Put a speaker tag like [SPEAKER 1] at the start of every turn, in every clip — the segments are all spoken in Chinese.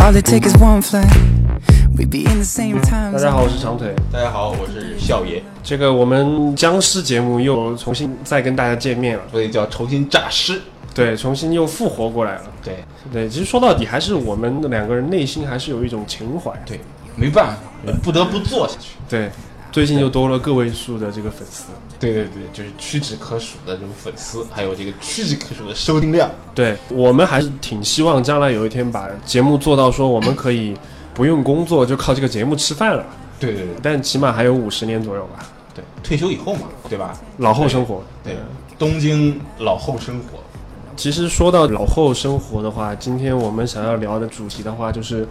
[SPEAKER 1] All it take is one flight. We be in the same time.
[SPEAKER 2] 大家好，我是长腿。
[SPEAKER 3] 大家好，我是笑爷，
[SPEAKER 2] 这个我们僵尸节目又重新再跟大家见面了，
[SPEAKER 3] 所以叫重新诈尸。
[SPEAKER 2] 对，重新又复活过来了。
[SPEAKER 3] 对
[SPEAKER 2] 对，其实说到底还是我们两个人内心还是有一种情怀。
[SPEAKER 3] 对，没办法，不得不做下去。
[SPEAKER 2] 对，最近又多了个位数的这个粉丝。
[SPEAKER 3] 对对对，就是屈指可数的这种粉丝，还有这个屈指可数的收听量。
[SPEAKER 2] 对我们还是挺希望将来有一天把节目做到说我们可以不用工作就靠这个节目吃饭了，
[SPEAKER 3] 对对对
[SPEAKER 2] 但起码还有五十年左右吧，
[SPEAKER 3] 对，退休以后嘛，对吧？
[SPEAKER 2] 老后生活。
[SPEAKER 3] 对，东京老后生活，
[SPEAKER 2] 其实说到老后生活的话，今天我们想要聊的主题的话，就是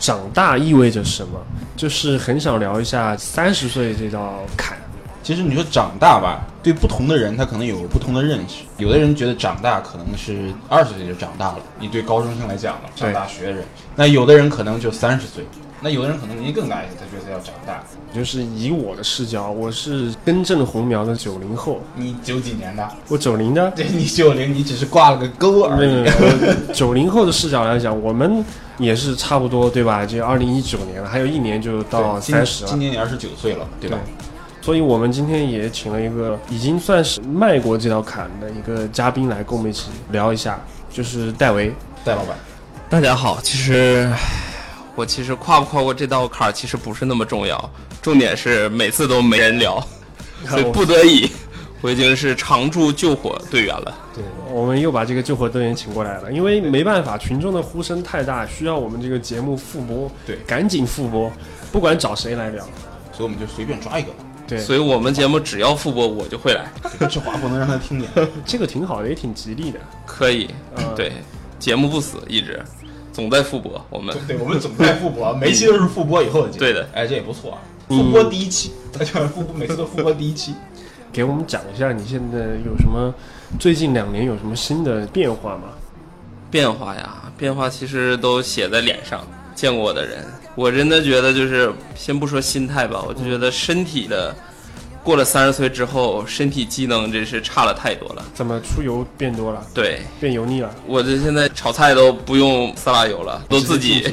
[SPEAKER 2] 长大意味着什么，就是很想聊一下三十岁这道坎。
[SPEAKER 3] 其实你说长大吧，对不同的人他可能有不同的认识。有的人觉得长大可能是二十岁就长大了，你对高中生来讲了，上
[SPEAKER 2] 对
[SPEAKER 3] 大学的人。那有的人可能就三十岁，那有的人可能年纪更大一些，他觉得他要长大。
[SPEAKER 2] 就是以我的视角，我是根正红苗的九零后，
[SPEAKER 3] 你九几年的？
[SPEAKER 2] 我九零 的，
[SPEAKER 3] 对你九零，你只是挂了个钩而
[SPEAKER 2] 嗯
[SPEAKER 3] 已。
[SPEAKER 2] 九零后的视角来讲，我们也是差不多，对吧？就二零一九年了，还有一年就到
[SPEAKER 3] 对今
[SPEAKER 2] 三十了
[SPEAKER 3] 今。年你二十九岁了，对吧？
[SPEAKER 2] 所以，我们今天也请了一个已经算是迈过这道坎的一个嘉宾来跟我们一起聊一下，就是戴维。
[SPEAKER 3] 戴老板，
[SPEAKER 4] 大家好，其实唉我其实跨不跨过这道坎儿，其实不是那么重要，重点是每次都没人聊，所以不得已，我已经是常驻救火队员了。
[SPEAKER 3] 对
[SPEAKER 2] 我们又把这个救火队员请过来了，因为没办法，群众的呼声太大，需要我们这个节目复播，
[SPEAKER 3] 对
[SPEAKER 2] 赶紧复播，不管找谁来聊，
[SPEAKER 3] 所以我们就随便抓一个吧，
[SPEAKER 2] 对，
[SPEAKER 4] 所以我们节目只要复播，我就会来，
[SPEAKER 3] 这话不能让他听见。
[SPEAKER 2] 这个挺好的，也挺吉利的。
[SPEAKER 4] 可以
[SPEAKER 2] 嗯，
[SPEAKER 4] 对，节目不死，一直总在复播，我们
[SPEAKER 3] 对，我们总在复播，每期都是复播以后的节目。
[SPEAKER 4] 对的
[SPEAKER 3] 哎，这也不错啊，
[SPEAKER 2] 嗯
[SPEAKER 3] 复播第一期，他就复播，每次都复播第一 期。
[SPEAKER 2] 给我们讲一下你现在有什么，最近两年有什么新的变化吗？
[SPEAKER 4] 变化呀，变化其实都写在脸上。见过我的人，我真的觉得就是，先不说心态
[SPEAKER 2] 嗯
[SPEAKER 4] 吧，我就觉得身体的，过了三十岁之后，身体机能真是差了太多了。
[SPEAKER 2] 怎么出油变多了，
[SPEAKER 4] 对
[SPEAKER 2] 变油腻了？
[SPEAKER 4] 我这现在炒菜都不用色拉油了，都自己，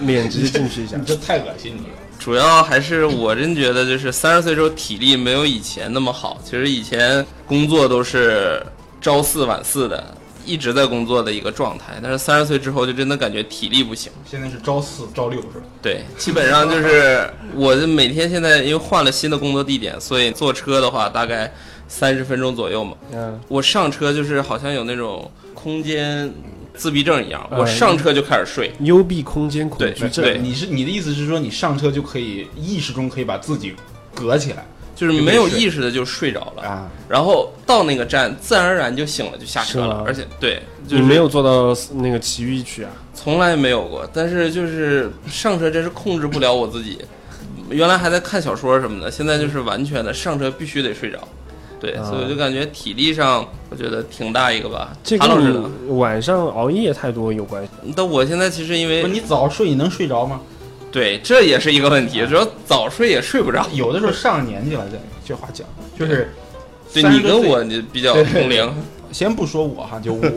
[SPEAKER 2] 脸直接进去一下
[SPEAKER 3] 你。这太恶心你了。
[SPEAKER 4] 主要还是我真觉得就是三十岁之后体力没有以前那么好。其实以前工作都是朝四晚四的，一直在工作的一个状态，但是三十岁之后就真的感觉体力不行。
[SPEAKER 3] 现在是招四招六是吧？
[SPEAKER 4] 对，基本上就是我这每天现在因为换了新的工作地点，所以坐车的话大概三十分钟左右嘛。
[SPEAKER 2] 嗯，
[SPEAKER 4] 我上车就是好像有那种空间自闭症一样，
[SPEAKER 2] 嗯
[SPEAKER 4] 我上车就开始睡。
[SPEAKER 2] 幽闭空间恐惧
[SPEAKER 4] 对
[SPEAKER 2] 症，
[SPEAKER 4] 对
[SPEAKER 3] 你是你的意思是说，你上车就可以意识中可以把自己隔起来
[SPEAKER 4] 就是没有意识的就睡着了，
[SPEAKER 3] 啊？
[SPEAKER 4] 然后到那个站自然而然就醒了，就下车
[SPEAKER 2] 是吗
[SPEAKER 4] 了。而且对，就
[SPEAKER 2] 你
[SPEAKER 4] 是
[SPEAKER 2] 没有做到那个奇遇区啊？
[SPEAKER 4] 从来没有过，但是就是上车真是控制不了我自己。原来还在看小说什么的，现在就是完全的上车必须得睡着。对，
[SPEAKER 2] 啊
[SPEAKER 4] 所以我就感觉体力上我觉得挺大一个吧。
[SPEAKER 2] 这
[SPEAKER 4] 韩老师
[SPEAKER 2] 跟
[SPEAKER 4] 呢？
[SPEAKER 2] 你晚上熬夜太多有关系。
[SPEAKER 4] 但我现在其实因
[SPEAKER 3] 不
[SPEAKER 4] 为
[SPEAKER 3] 是你早睡，你能睡着吗？
[SPEAKER 4] 对，这也是一个问题，主要早睡也睡不着。
[SPEAKER 3] 有的时候上了年纪了，这这话讲就是，
[SPEAKER 4] 对
[SPEAKER 3] 30
[SPEAKER 4] 你跟
[SPEAKER 3] 多岁
[SPEAKER 4] 我你比较
[SPEAKER 3] 对对对
[SPEAKER 4] 同龄，
[SPEAKER 3] 先不说我哈，就 我我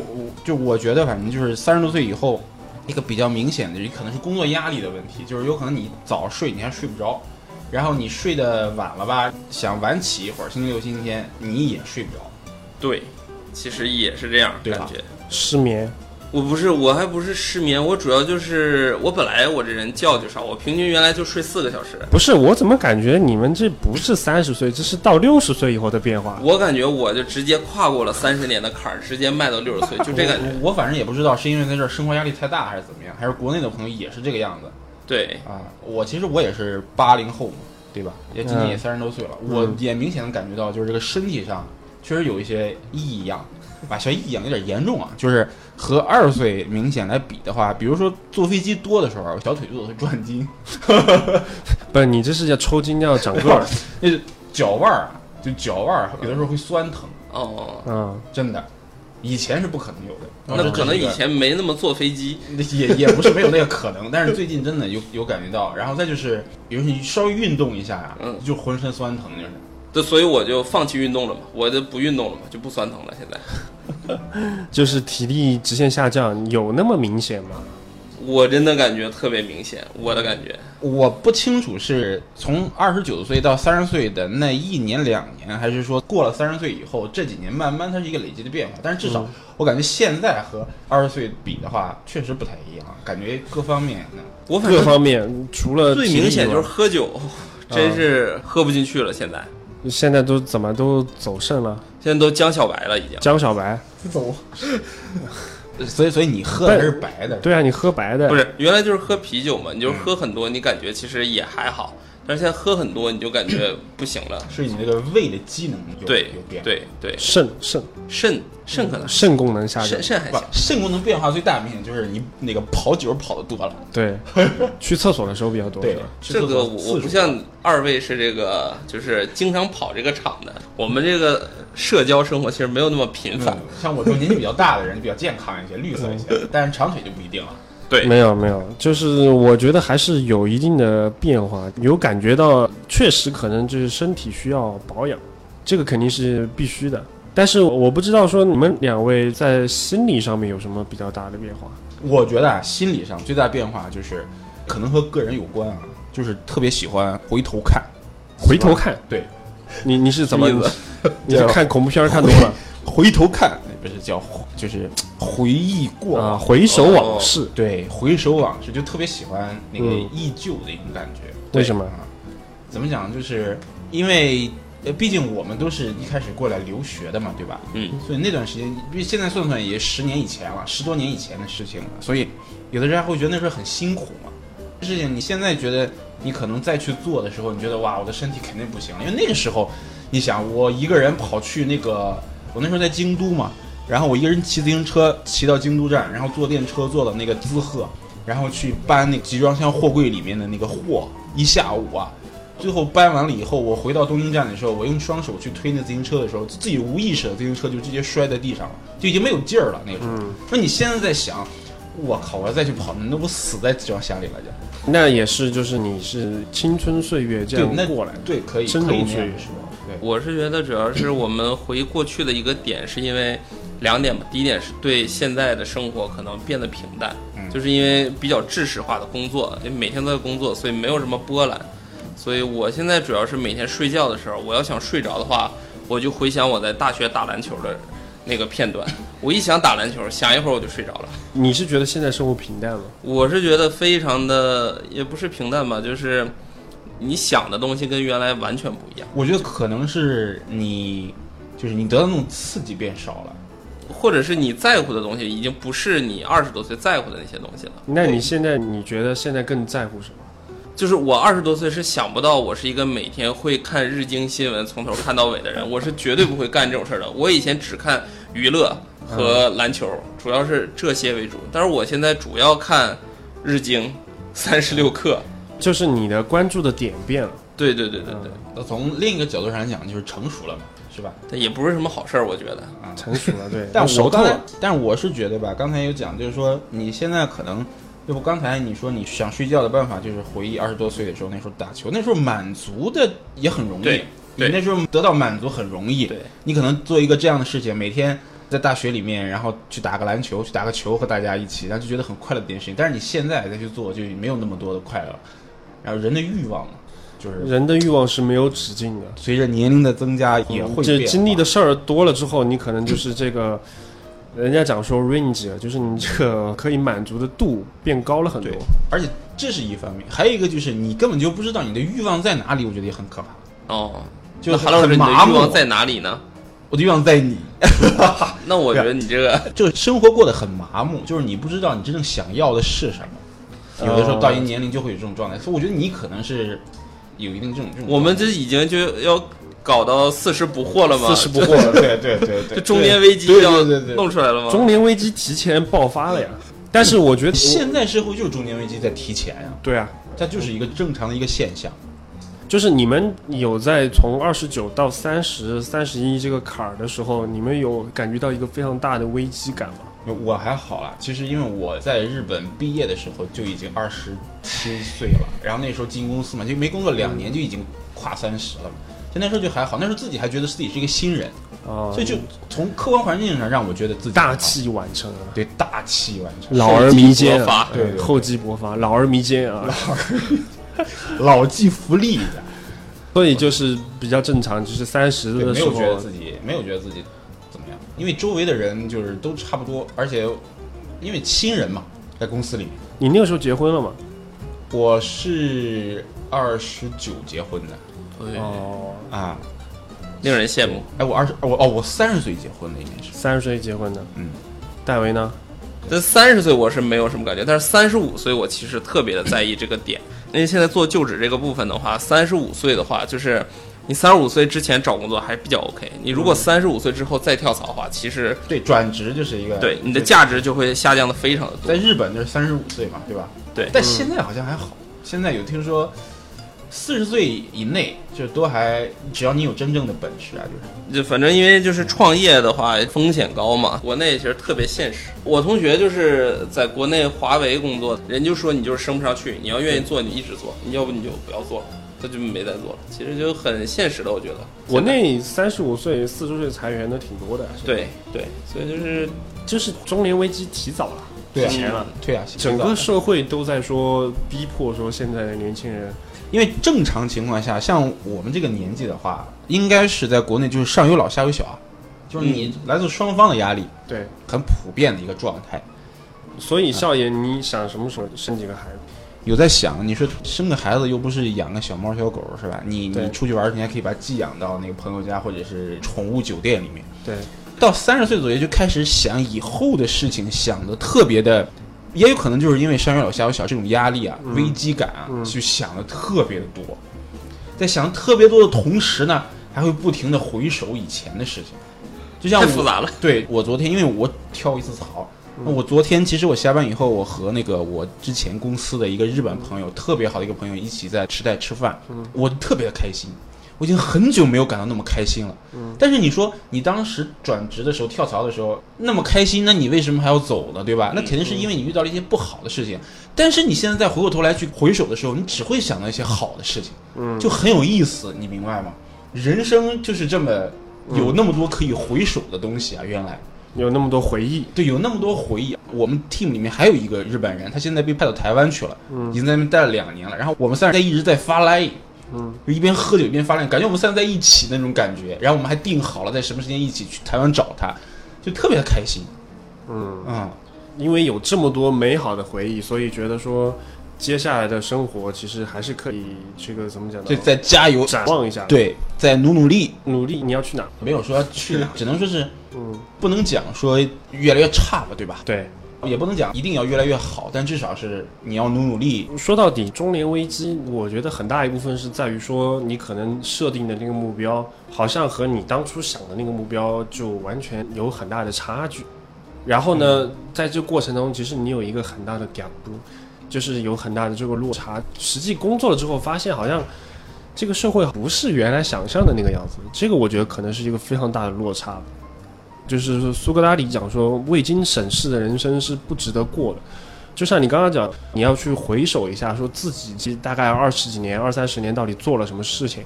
[SPEAKER 3] 就我觉得，反正就是三十多岁以后，一个比较明显的，可能是工作压力的问题，就是有可能你早睡你还睡不着，然后你睡得晚了吧，想晚起一会儿，星期六、星期天你也睡不着。
[SPEAKER 4] 对，其实也是这样
[SPEAKER 3] 对吧
[SPEAKER 4] 感觉。
[SPEAKER 2] 失眠，
[SPEAKER 4] 我不是，我还不是失眠，我主要就是我本来我这人觉就少，我平均原来就睡四个小时，
[SPEAKER 2] 不是我怎么感觉你们这不是三十岁，这是到六十岁以后的变化。
[SPEAKER 4] 我感觉我就直接跨过了三十年的坎儿，直接迈到六十岁，就这
[SPEAKER 2] 哦
[SPEAKER 4] 感觉。
[SPEAKER 3] 我我反正也不知道是因为在这儿生活压力太大，还是怎么样，还是国内的朋友也是这个样子
[SPEAKER 4] 对，
[SPEAKER 3] 啊。我其实我也是八零后嘛，对吧？也今年也三十多岁了，
[SPEAKER 2] 嗯
[SPEAKER 3] 我也明显的感觉到，就是这个身体上确实有一些异样，啊，小异样有点严重啊，就是和二十岁明显来比的话，比如说坐飞机多的时候，小腿肚子会转筋，
[SPEAKER 2] 不是你这是要抽筋要长 个儿，
[SPEAKER 3] 那脚腕儿啊，就脚腕儿有的时候会酸疼，
[SPEAKER 4] 哦，
[SPEAKER 2] 嗯，
[SPEAKER 3] 真的，以前是不可能有的。
[SPEAKER 4] 那可能以
[SPEAKER 3] 前。
[SPEAKER 4] 前没嗯那么坐飞机。
[SPEAKER 3] 也也不是没有那个可能，但是最近真的有有感觉到，然后再就是，比如你稍微运动一下呀、
[SPEAKER 4] 嗯
[SPEAKER 3] 就浑身酸疼，就是
[SPEAKER 4] 对，所以我就放弃运动了嘛，我就不运动了嘛，就不酸疼了。现在
[SPEAKER 2] 就是体力直线下降，有那么明显吗？
[SPEAKER 4] 我真的感觉特别明显，我的感觉，
[SPEAKER 3] 我不清楚是从二十九岁到三十岁的那一年两年，还是说过了三十岁以后这几年慢慢它是一个累积的变化。但是至少我感觉现在和二十岁比的话，确实不太一样，感觉各方面呢
[SPEAKER 4] 我反
[SPEAKER 2] 各
[SPEAKER 4] 正
[SPEAKER 2] 方面除了
[SPEAKER 4] 最
[SPEAKER 2] 体力
[SPEAKER 4] 明显
[SPEAKER 2] 以
[SPEAKER 4] 就
[SPEAKER 2] 外
[SPEAKER 4] 是喝酒，真是喝不进去了。现在
[SPEAKER 2] 现在都怎么都走肾了，
[SPEAKER 4] 现在都江小白了，已经。
[SPEAKER 2] 江小白。
[SPEAKER 5] 走，
[SPEAKER 3] 呃所以所以你喝的还是白的，
[SPEAKER 2] 对啊，你喝白的
[SPEAKER 4] 不是，原来就是喝啤酒嘛，你就是喝很多，你感觉其实也还好，但是现在喝很多，你就感觉不行了。
[SPEAKER 3] 是你这个胃的机能有
[SPEAKER 4] 对
[SPEAKER 3] 有变化。
[SPEAKER 4] 对对，
[SPEAKER 2] 肾肾
[SPEAKER 4] 肾肾可能
[SPEAKER 2] 肾功能下降
[SPEAKER 4] 肾，肾还
[SPEAKER 3] 不
[SPEAKER 4] 行，，
[SPEAKER 3] 肾功能变化最大明显就是你那个跑酒跑的多了，
[SPEAKER 2] 对， 去厕所的时候比较多。
[SPEAKER 3] 对
[SPEAKER 2] 是吧，
[SPEAKER 4] 这个我我不像二位是这个就是经常跑这个场的，我们这个社交生活其实没有那么频繁
[SPEAKER 3] 嗯。像我这种年纪比较大的人，比较健康一些，绿色一些，但是长腿就不一定了。
[SPEAKER 4] 对，
[SPEAKER 2] 没有没有，就是我觉得还是有一定的变化，有感觉到确实可能就是身体需要保养，这个肯定是必须的。但是我不知道说你们两位在心理上面有什么比较大的变化？
[SPEAKER 3] 我觉得啊，心理上最大变化就是，可能和个人有关啊，就是特别喜欢回头看，
[SPEAKER 2] 回头看，
[SPEAKER 3] 对，
[SPEAKER 2] 你你是怎么
[SPEAKER 4] 什么意？
[SPEAKER 2] 你是看恐怖片儿看多 了
[SPEAKER 3] 回头看不是叫就是回忆过
[SPEAKER 2] 啊？
[SPEAKER 3] 往，
[SPEAKER 2] 回首往事，
[SPEAKER 3] 对，回首往事就特别喜欢那个
[SPEAKER 2] 嗯
[SPEAKER 3] 忆旧的一种感觉。
[SPEAKER 2] 为什么
[SPEAKER 3] 啊？怎么讲？就是因为呃，毕竟我们都是一开始过来留学的嘛，对吧？
[SPEAKER 4] 嗯，
[SPEAKER 3] 所以那段时间，因为现在算算也十年以前了，十多年以前的事情了。所以有的人还会觉得那时候很辛苦嘛。这事情你现在觉得你可能再去做的时候，你觉得哇，我的身体肯定不行了，因为那个时候，你想我一个人跑去那个，我那时候在京都嘛，然后我一个人骑自行车骑到京都站，然后坐电车坐到那个滋贺，然后去搬那个集装箱货柜里面的那个货，一下午啊。最后搬完了以后，我回到东京站的时候，我用双手去推那自行车的时候，自己无意识的自行车就直接摔在地上了，就已经没有劲儿了。那个时候，
[SPEAKER 2] 嗯
[SPEAKER 3] 那你现在在想，我靠，我要再去跑，那我死在集装箱里了就。
[SPEAKER 2] 那也是就是你是青春岁月这
[SPEAKER 3] 对，那
[SPEAKER 2] 样过来的。
[SPEAKER 3] 对，可以，
[SPEAKER 2] 真
[SPEAKER 3] 可以
[SPEAKER 2] 容
[SPEAKER 3] 那样
[SPEAKER 2] 许
[SPEAKER 3] 说，对，
[SPEAKER 4] 我是觉得主要是我们回过去的一个点，是因为两点吧。第一点是对现在的生活可能变得平淡，
[SPEAKER 3] 嗯
[SPEAKER 4] 就是因为比较制式化的工作，因为每天都在工作，所以没有什么波澜。所以我现在主要是每天睡觉的时候，我要想睡着的话，我就回想我在大学打篮球的那个片段。我一想打篮球，想一会儿我就睡着了。
[SPEAKER 2] 你是觉得现在生活平淡吗？
[SPEAKER 4] 我是觉得非常的，也不是平淡吧，就是你想的东西跟原来完全不一样。
[SPEAKER 3] 我觉得可能是你，就是你得到那种刺激变少了。
[SPEAKER 4] 或者是你在乎的东西，已经不是你二十多岁在乎的那些东西了。
[SPEAKER 2] 那你现在你觉得现在更在乎什么？
[SPEAKER 4] 就是我二十多岁是想不到我是一个每天会看日经新闻从头看到尾的人，我是绝对不会干这种事儿的。我以前只看娱乐和篮球，主要是这些为主，但是我现在主要看日经、三十六氪。
[SPEAKER 2] 就是你的关注的点变了。
[SPEAKER 4] 对对对对对，
[SPEAKER 3] 那从另一个角度上来讲，就是成熟了嘛，是吧？，
[SPEAKER 4] 但也不是什么好事儿，我觉得。
[SPEAKER 2] 成熟了，对
[SPEAKER 3] 但
[SPEAKER 2] 熟
[SPEAKER 3] 我
[SPEAKER 2] 透
[SPEAKER 3] 刚才
[SPEAKER 2] 了。，
[SPEAKER 3] 但我是觉得吧，刚才有讲，就是说你现在可能，要不刚才你说你想睡觉的办法，就是回忆二十多岁的时候，那时候打球，那时候满足的也很容易
[SPEAKER 4] 对，
[SPEAKER 3] 你
[SPEAKER 4] 对
[SPEAKER 3] 那时候得到满足很容易，
[SPEAKER 4] 对，
[SPEAKER 3] 你可能做一个这样的事情，每天在大学里面，然后去打个篮球，去打个球和大家一起，然后就觉得很快乐的一件事情。但是你现在再去做，就没有那么多的快乐了。然后人的欲望嘛，就是
[SPEAKER 2] 人的欲望是没有止境的，嗯
[SPEAKER 3] 随着年龄的增加也会
[SPEAKER 2] 这
[SPEAKER 3] 变
[SPEAKER 2] 经历
[SPEAKER 3] 化
[SPEAKER 2] 的事儿多了之后，你可能就是这个，人家讲说 range，就是啊你这个可以满足的度变高了很多
[SPEAKER 3] 对。而且这是一方面，还有一个就是你根本就不知道你的欲望在哪里，我觉得也很可怕。
[SPEAKER 4] 哦，
[SPEAKER 3] 就是
[SPEAKER 4] 韩老师，
[SPEAKER 3] 很
[SPEAKER 4] 你的
[SPEAKER 3] 麻
[SPEAKER 4] 欲
[SPEAKER 3] 木
[SPEAKER 4] 望在哪里呢？
[SPEAKER 3] 我的欲望在你，
[SPEAKER 4] 那我觉得你这个，
[SPEAKER 3] 就是生活过得很麻木，就是你不知道你真正想要的是什么。有的时
[SPEAKER 4] 哦
[SPEAKER 3] 候到一年龄就会有这种状态，所以我觉得你可能是有一定这种这种状态。
[SPEAKER 4] 我们这已经就要搞到四十不惑了吗？
[SPEAKER 2] 四十不
[SPEAKER 3] 不
[SPEAKER 2] 惑
[SPEAKER 3] 过了，对对对对，
[SPEAKER 4] 这中年
[SPEAKER 3] 对
[SPEAKER 4] 危机
[SPEAKER 3] 对
[SPEAKER 4] 要
[SPEAKER 3] 对对对
[SPEAKER 4] 弄出来了吗？
[SPEAKER 2] 中年危机提前爆发了呀，但是我觉得
[SPEAKER 3] 现在社会就是中年危机在提前呀、
[SPEAKER 2] 对啊，
[SPEAKER 3] 它就是一个正常的一个现象。
[SPEAKER 2] 就是你们有在从二十九到三十、三十一这个坎儿的时候，你们有感觉到一个非常大的危机感吗？
[SPEAKER 3] 我还好啦，其实因为我在日本毕业的时候就已经二十七岁了，然后那时候进公司嘛，就没工作两年就已经跨三十了嘛，就那时候就还好，那时候自己还觉得自己是一个新人，
[SPEAKER 2] 啊，
[SPEAKER 3] 所以就从客观环境上让我觉得自己
[SPEAKER 2] 大，器晚成啊，
[SPEAKER 3] 对大器晚成，
[SPEAKER 2] 老而弥坚
[SPEAKER 4] 厚积薄发
[SPEAKER 2] 啊，
[SPEAKER 3] 对对对
[SPEAKER 2] 厚积薄发，老而弥坚啊，
[SPEAKER 3] 老骥伏枥，
[SPEAKER 2] 所以就是比较正常，就是三十
[SPEAKER 3] 对，
[SPEAKER 2] 的
[SPEAKER 3] 没
[SPEAKER 2] 时
[SPEAKER 3] 有觉得
[SPEAKER 2] 候
[SPEAKER 3] 自己没有觉得自己怎么样，因为周围的人就是都差不多，而且因为亲人嘛，在公司里面，
[SPEAKER 2] 你那个时候结婚了嘛？
[SPEAKER 3] 我是二十九结婚的
[SPEAKER 4] 对，
[SPEAKER 2] 哦，
[SPEAKER 3] 啊，
[SPEAKER 4] 令人羡慕。
[SPEAKER 3] 哎，我二十我哦我三十岁结婚的应该是，
[SPEAKER 2] 三十岁结婚的，
[SPEAKER 3] 嗯，
[SPEAKER 2] 戴维呢？
[SPEAKER 4] 但三十岁我是没有什么感觉，但是三十五岁我其实特别的在意这个点，因为现在做就职这个部分的话，三十五岁的话就是。你三十五岁之前找工作还比较 OK，你
[SPEAKER 3] 嗯
[SPEAKER 4] 如果三十五岁之后再跳槽的话，其实
[SPEAKER 3] 对，转职就是一个
[SPEAKER 4] 对你的价值就会下降的非常的
[SPEAKER 3] 在
[SPEAKER 4] 多。
[SPEAKER 3] 日本就是三十五岁嘛，对吧？
[SPEAKER 4] 对
[SPEAKER 3] 但现在好像还好，现在有听说四十岁以内就都还，只要你有真正的本事啊，就是
[SPEAKER 4] 就反正因为就是创业的话风险高嘛，国内其实特别现实。我同学就是在国内华为工作，人就说你就是升不上去，你要愿意做你一直做，你要不你就不要做了，他就没再做了。其实就很现实的，我觉得
[SPEAKER 2] 国内三十五岁、四十岁裁员的挺多的，
[SPEAKER 4] 对对，所以就是
[SPEAKER 2] 就是中年危机提早了，
[SPEAKER 3] 对
[SPEAKER 2] 提前
[SPEAKER 3] 啊
[SPEAKER 2] 了，
[SPEAKER 3] 对啊，
[SPEAKER 2] 整个
[SPEAKER 3] 是
[SPEAKER 2] 社会都在说逼迫说现在的年轻人，
[SPEAKER 3] 因为正常情况下，像我们这个年纪的话，应该是在国内就是上有老下有小啊，就是你来自双方的压力
[SPEAKER 2] 对，
[SPEAKER 3] 很普遍的一个状态。
[SPEAKER 2] 所
[SPEAKER 3] 嗯
[SPEAKER 2] 以少爷，你想什么时候生几个孩子？
[SPEAKER 3] 有在想，你说生个孩子又不是养个小猫小狗是吧？你
[SPEAKER 2] 对
[SPEAKER 3] 你出去玩儿，你还可以把它寄养到那个朋友家或者是宠物酒店里面。
[SPEAKER 2] 对，
[SPEAKER 3] 到三十岁左右就开始想以后的事情，想的特别的，也有可能就是因为上有老下有小这种压力啊、危机感啊，
[SPEAKER 2] 嗯
[SPEAKER 3] 就想的特别的多。在想的特别多的同时呢，还会不停的回首以前的事情，就像
[SPEAKER 4] 太
[SPEAKER 3] 我
[SPEAKER 4] 复杂了。
[SPEAKER 3] 对我昨天，因为我跳一次槽，那我昨天其实我下班以后，我和那个我之前公司的一个日本朋友，特别好的一个朋友一起在池袋吃饭，我特别的开心。我已经很久没有感到那么开心了。但是你说你当时转职的时候、跳槽的时候那么开心，那你为什么还要走呢？对吧？那肯定是因为你遇到了一些不好的事情。但是你现在再回过头来去回首的时候，你只会想到一些好的事情，就很有意思，你明白吗？人生就是这么
[SPEAKER 2] 嗯
[SPEAKER 3] 有那么多可以回首的东西啊！原来
[SPEAKER 2] 有那么多回忆，
[SPEAKER 3] 对，有那么多回忆。啊我们 team 里面还有一个日本人，他现在被派到台湾去了，已经在那边待了两年了。然后我们三人在一直在发 line，
[SPEAKER 2] 嗯，
[SPEAKER 3] 就一边喝酒一边发 line，感觉我们三人在一起那种感觉。然后我们还定好了在什么时间一起去台湾找他，就特别的开心。
[SPEAKER 2] 嗯，
[SPEAKER 3] 嗯，
[SPEAKER 2] 因为有这么多美好的回忆，所以觉得说接下来的生活其实还是可以这个怎么讲
[SPEAKER 3] 所
[SPEAKER 2] 呢
[SPEAKER 3] 以？再加油，
[SPEAKER 2] 展望一下，，
[SPEAKER 3] 对，再努努力。
[SPEAKER 2] 努力你要去哪？
[SPEAKER 3] 没有说要去哪，只能说是
[SPEAKER 2] 嗯，
[SPEAKER 3] 不能讲说越来越差吧，对吧？
[SPEAKER 2] 对，
[SPEAKER 3] 也不能讲一定要越来越好，但至少是你要努努力，
[SPEAKER 2] 说到底，中年危机，我觉得很大一部分是在于说，你可能设定的那个目标，好像和你当初想的那个目标就完全有很大的差距。然后呢，在这过程中，其实你有一个很大的 gap，就是有很大的这个落差。实际工作了之后，发现好像这个社会不是原来想象的那个样子。这个我觉得可能是一个非常大的落差。就是说苏格拉底讲说，未经审视的人生是不值得过的。就像你刚刚讲，你要去回首一下，说自己这大概二十几年、二三十年到底做了什么事情，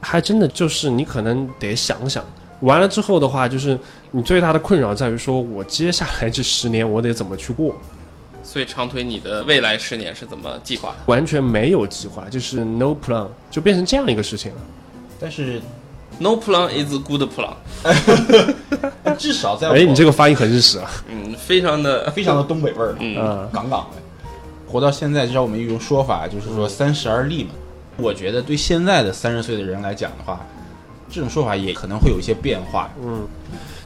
[SPEAKER 2] 还真的就是你可能得想想。完了之后的话，就是你最大的困扰在于说，我接下来这十年我得怎么去过，
[SPEAKER 4] 所以长腿，你的未来十年是怎么计划的？
[SPEAKER 2] 完全没有计划，就是 no plan，就变成这样一个事情了。
[SPEAKER 3] 但是
[SPEAKER 4] No plan is good plan。
[SPEAKER 3] 但至少在我
[SPEAKER 2] 哎，你这个发音很日式啊！
[SPEAKER 4] 嗯，非常的，
[SPEAKER 3] 非常的东北味儿，
[SPEAKER 4] 嗯
[SPEAKER 2] 啊，
[SPEAKER 3] 杠杠的。活到现在，至少我们有一种说法，就是说三十而立嘛。我觉得对现在的三十岁的人来讲的话，这种说法也可能会有一些变化。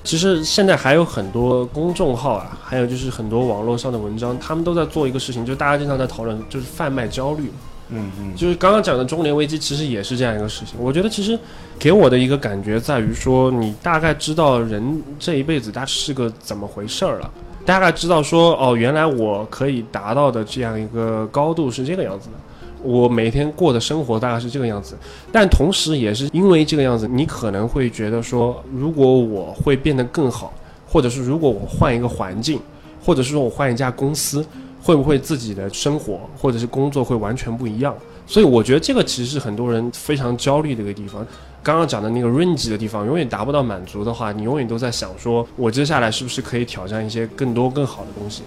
[SPEAKER 2] 其实现在还有很多公众号啊，还有就是很多网络上的文章，他们都在做一个事情，就大家经常在讨论，就是贩卖焦虑。
[SPEAKER 3] 嗯嗯，
[SPEAKER 2] 就是刚刚讲的中年危机，其实也是这样一个事情。我觉得其实给我的一个感觉在于说，你大概知道人这一辈子他是个怎么回事儿了，大概知道说哦，原来我可以达到的这样一个高度是这个样子的。我每天过的生活大概是这个样子，但同时也是因为这个样子，你可能会觉得说，如果我会变得更好，或者是如果我换一个环境，或者是说我换一家公司，会不会自己的生活或者是工作会完全不一样？所以我觉得这个其实是很多人非常焦虑的一个地方。刚刚讲的那个 range 的地方，永远达不到满足的话，你永远都在想说，我接下来是不是可以挑战一些更多更好的东西？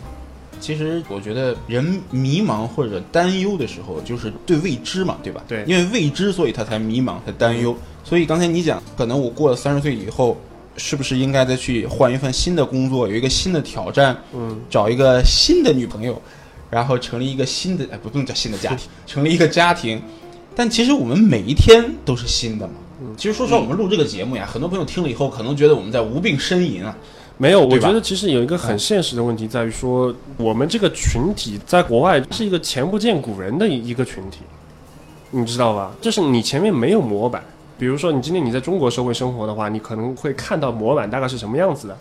[SPEAKER 3] 其实我觉得人迷茫或者担忧的时候，就是对未知嘛，对吧？
[SPEAKER 2] 对嗯
[SPEAKER 3] 因为未知，所以他才迷茫，才担忧。所以刚才你讲，可能我过了三十岁以后，是不是应该再去换一份新的工作，有一个新的挑战，
[SPEAKER 2] 嗯，
[SPEAKER 3] 找一个新的女朋友，然后成立一个新的，哎，不不能叫新的家 庭，成立一个家庭。但其实我们每一天都是新的嘛。
[SPEAKER 2] 嗯
[SPEAKER 3] 其实说实话，我们录这个节目呀，很多朋友听了以后，可能觉得我们在无病呻吟啊。
[SPEAKER 2] 没有，我
[SPEAKER 3] 对吧
[SPEAKER 2] 觉得其实有一个很
[SPEAKER 3] 嗯
[SPEAKER 2] 现实的问题在于说，我们这个群体在国外是一个前不见古人的一个群体，你知道吧？就是你前面没有模板。比如说，你今天你在中国社会生活的话，你可能会看到模板大概是什么样子的。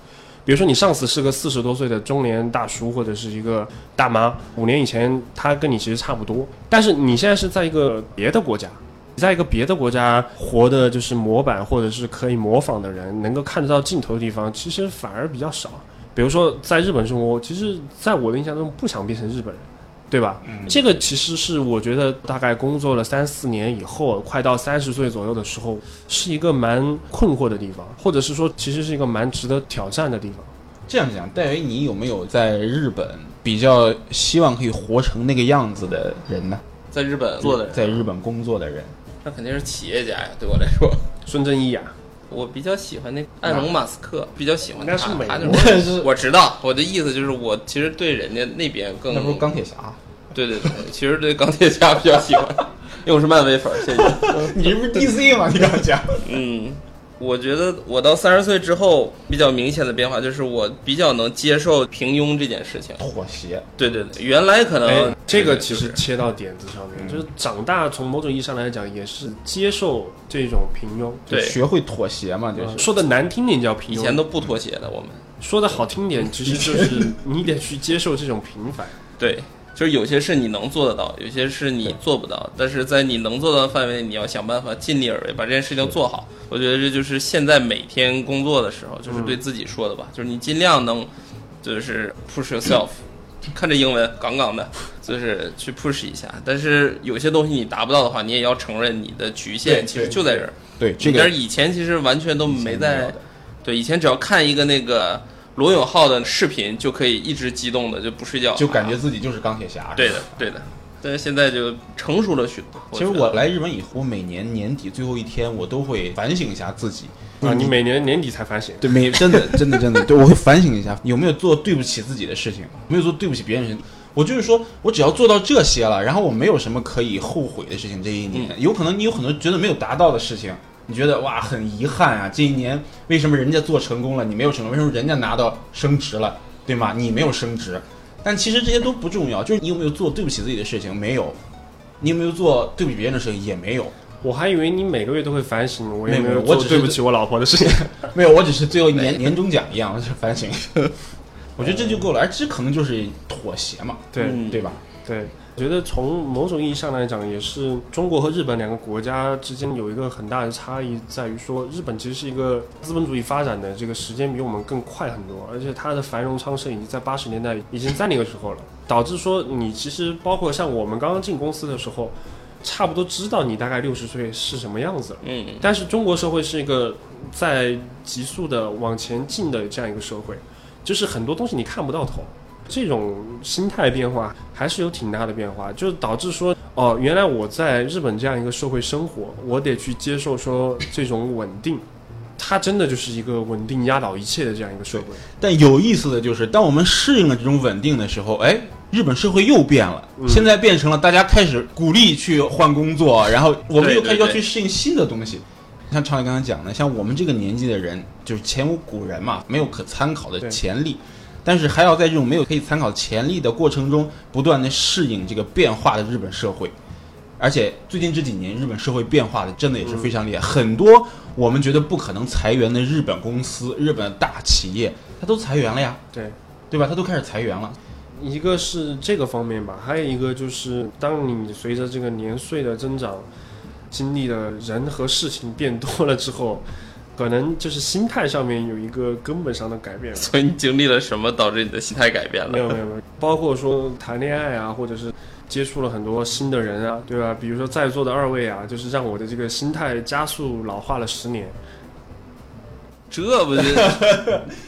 [SPEAKER 2] 比如说，你上司是个四十多岁的中年大叔或者是一个大妈，五年以前他跟你其实差不多，但是你现在是在一个别的国家，你在一个别的国家活的就是模板或者是可以模仿的人，能够看得到尽头的地方，其实反而比较少。比如说在日本生活，其实在我的印象中不想变成日本人，对吧？这个其实是我觉得大概工作了三四年以后，快到三十岁左右的时候，是一个蛮困惑的地方，或者是说其实是一个蛮值得挑战的地方。
[SPEAKER 3] 这样讲，戴维，你有没有在日本比较希望可以活成那个样子的人呢？
[SPEAKER 4] 在日本做的人，啊
[SPEAKER 3] 在日本工作的人，
[SPEAKER 4] 嗯那肯定是企业家呀。对我来说，
[SPEAKER 2] 孙正义啊，
[SPEAKER 4] 我比较喜欢那埃隆·马斯克，比较喜欢他。
[SPEAKER 2] 那是美国
[SPEAKER 4] 他那
[SPEAKER 3] 那是
[SPEAKER 4] 种我知道，我的意思就是，我其实对人家那边更
[SPEAKER 3] 那不是钢铁侠？啊
[SPEAKER 4] 对对对，其实对钢铁侠比较喜欢，因为我是漫威粉儿，谢谢。
[SPEAKER 3] 你这不是 DC 吗？你刚讲，
[SPEAKER 4] 嗯，我觉得我到三十岁之后，比较明显的变化就是我比较能接受平庸这件事情。
[SPEAKER 3] 妥协。
[SPEAKER 4] 对对对，原来可
[SPEAKER 2] 哎
[SPEAKER 4] 能，
[SPEAKER 2] 这个嗯
[SPEAKER 4] 对
[SPEAKER 2] 其
[SPEAKER 4] 就是
[SPEAKER 2] 实切到点子上面，就是长大从某种意义上来讲，也是接受这种平庸。
[SPEAKER 4] 对嗯
[SPEAKER 3] 学会妥协嘛，就是。
[SPEAKER 2] 说的难听点叫平庸，
[SPEAKER 4] 以前都不妥协的，我们
[SPEAKER 2] 说的好听点，其实就是你得去接受这种平凡。
[SPEAKER 4] 对。就是有些事你能做得到，有些事你做不到，但是在你能做到的范围内，你要想办法尽力而为，把这件事情做好。我觉得这就是现在每天工作的时候，就是对自己说 的吧，就是你尽量能，就是 push yourself，看这英文杠杠的，就是去 push 一下。但是有些东西你达不到的话，你也要承认你的局
[SPEAKER 3] 对
[SPEAKER 4] 限其实
[SPEAKER 3] 对
[SPEAKER 4] 就在这儿。
[SPEAKER 3] 对这
[SPEAKER 4] 但
[SPEAKER 3] 个
[SPEAKER 4] 是以前其实完全都没
[SPEAKER 3] 以前没有
[SPEAKER 4] 在
[SPEAKER 3] 的，
[SPEAKER 4] 对，以前只要看一个那个罗永浩的视频，就可以一直激动的就不睡觉，
[SPEAKER 3] 就感
[SPEAKER 4] 啊
[SPEAKER 3] 觉自己就是钢铁侠。
[SPEAKER 4] 对
[SPEAKER 3] 是
[SPEAKER 4] 的
[SPEAKER 3] 吧，
[SPEAKER 4] 对的。但是现在就成熟了许多。
[SPEAKER 3] 其实
[SPEAKER 4] 觉得
[SPEAKER 3] 我来日本以后，每年年底最后一天，我都会反省一下自己。
[SPEAKER 2] 啊，你每年年底才反省，
[SPEAKER 3] 对每真的真的真的，对我会反省一下，有没有做对不起自己的事情，有没有做对不起别人的事情。我就是说，我只要做到这些了，然后我没有什么可以后悔的事情。这一年，有可能你有很多觉得没有达到的事情，你觉得哇很遗憾啊，这一年为什么人家做成功了，你没有成功？为什么人家拿到升职了，对吗？你没有升职，但其实这些都不重要，就是你有没有做对不起自己的事情，没有；你有没有做对不起别人的事情，也没有。
[SPEAKER 2] 我还以为你每个月都会反省，我有
[SPEAKER 3] 没
[SPEAKER 2] 没
[SPEAKER 3] 有
[SPEAKER 2] 有
[SPEAKER 3] 我
[SPEAKER 2] 做
[SPEAKER 3] 只是
[SPEAKER 2] 对不起我老婆的事情？
[SPEAKER 3] 没有，我只是最后年年终奖一样，我 就是反省。我觉得这就够了，而这可能就是妥协嘛，
[SPEAKER 2] 对
[SPEAKER 4] 嗯
[SPEAKER 3] 对吧？
[SPEAKER 2] 对，我觉得从某种意义上来讲，也是中国和日本两个国家之间有一个很大的差异，在于说日本其实是一个资本主义发展的这个时间比我们更快很多，而且它的繁荣昌盛已经在八十年代已经在那个时候了，导致说你其实包括像我们刚刚进公司的时候，差不多知道你大概六十岁是什么样子了。
[SPEAKER 4] 嗯，
[SPEAKER 2] 但是中国社会是一个在急速的往前进的这样一个社会，就是很多东西你看不到头。这种心态变化还是有挺大的变化，就是导致说，哦，原来我在日本这样一个社会生活，我得去接受说这种稳定，它真的就是一个稳定压倒一切的这样一个社会。
[SPEAKER 3] 但有意思的就是，当我们适应了这种稳定的时候，哎，日本社会又变了，
[SPEAKER 4] 嗯
[SPEAKER 3] 现在变成了大家开始鼓励去换工作，然后我们
[SPEAKER 4] 对
[SPEAKER 3] 又开始要
[SPEAKER 4] 对对
[SPEAKER 3] 去适应新的东西。像常磊刚才讲的，像我们这个年纪的人，就是前无古人嘛，没有可参考的
[SPEAKER 2] 对
[SPEAKER 3] 潜力，但是还要在这种没有可以参考潜力的过程中，不断的适应这个变化的日本社会。而且最近这几年，日本社会变化的真的也是非常厉害，很多我们觉得不可能裁员的日本公司、日本的大企业，它都裁员了呀，
[SPEAKER 2] 对，
[SPEAKER 3] 对吧？它都开始裁员了。
[SPEAKER 2] 一个是这个方面吧，还有一个就是，当你随着这个年岁的增长，经历的人和事情变多了之后， 可能就是心态上面有一个根本上的改 变吧。
[SPEAKER 4] 所以你经历了什么导致你的心态改变
[SPEAKER 2] 没有
[SPEAKER 4] 了？
[SPEAKER 2] 没有没有，包括说谈恋爱啊，或者是接触了很多新的人啊，对吧？比如说在座的二位啊，就是让我的这个心态加速老化了十年。
[SPEAKER 4] 这 不就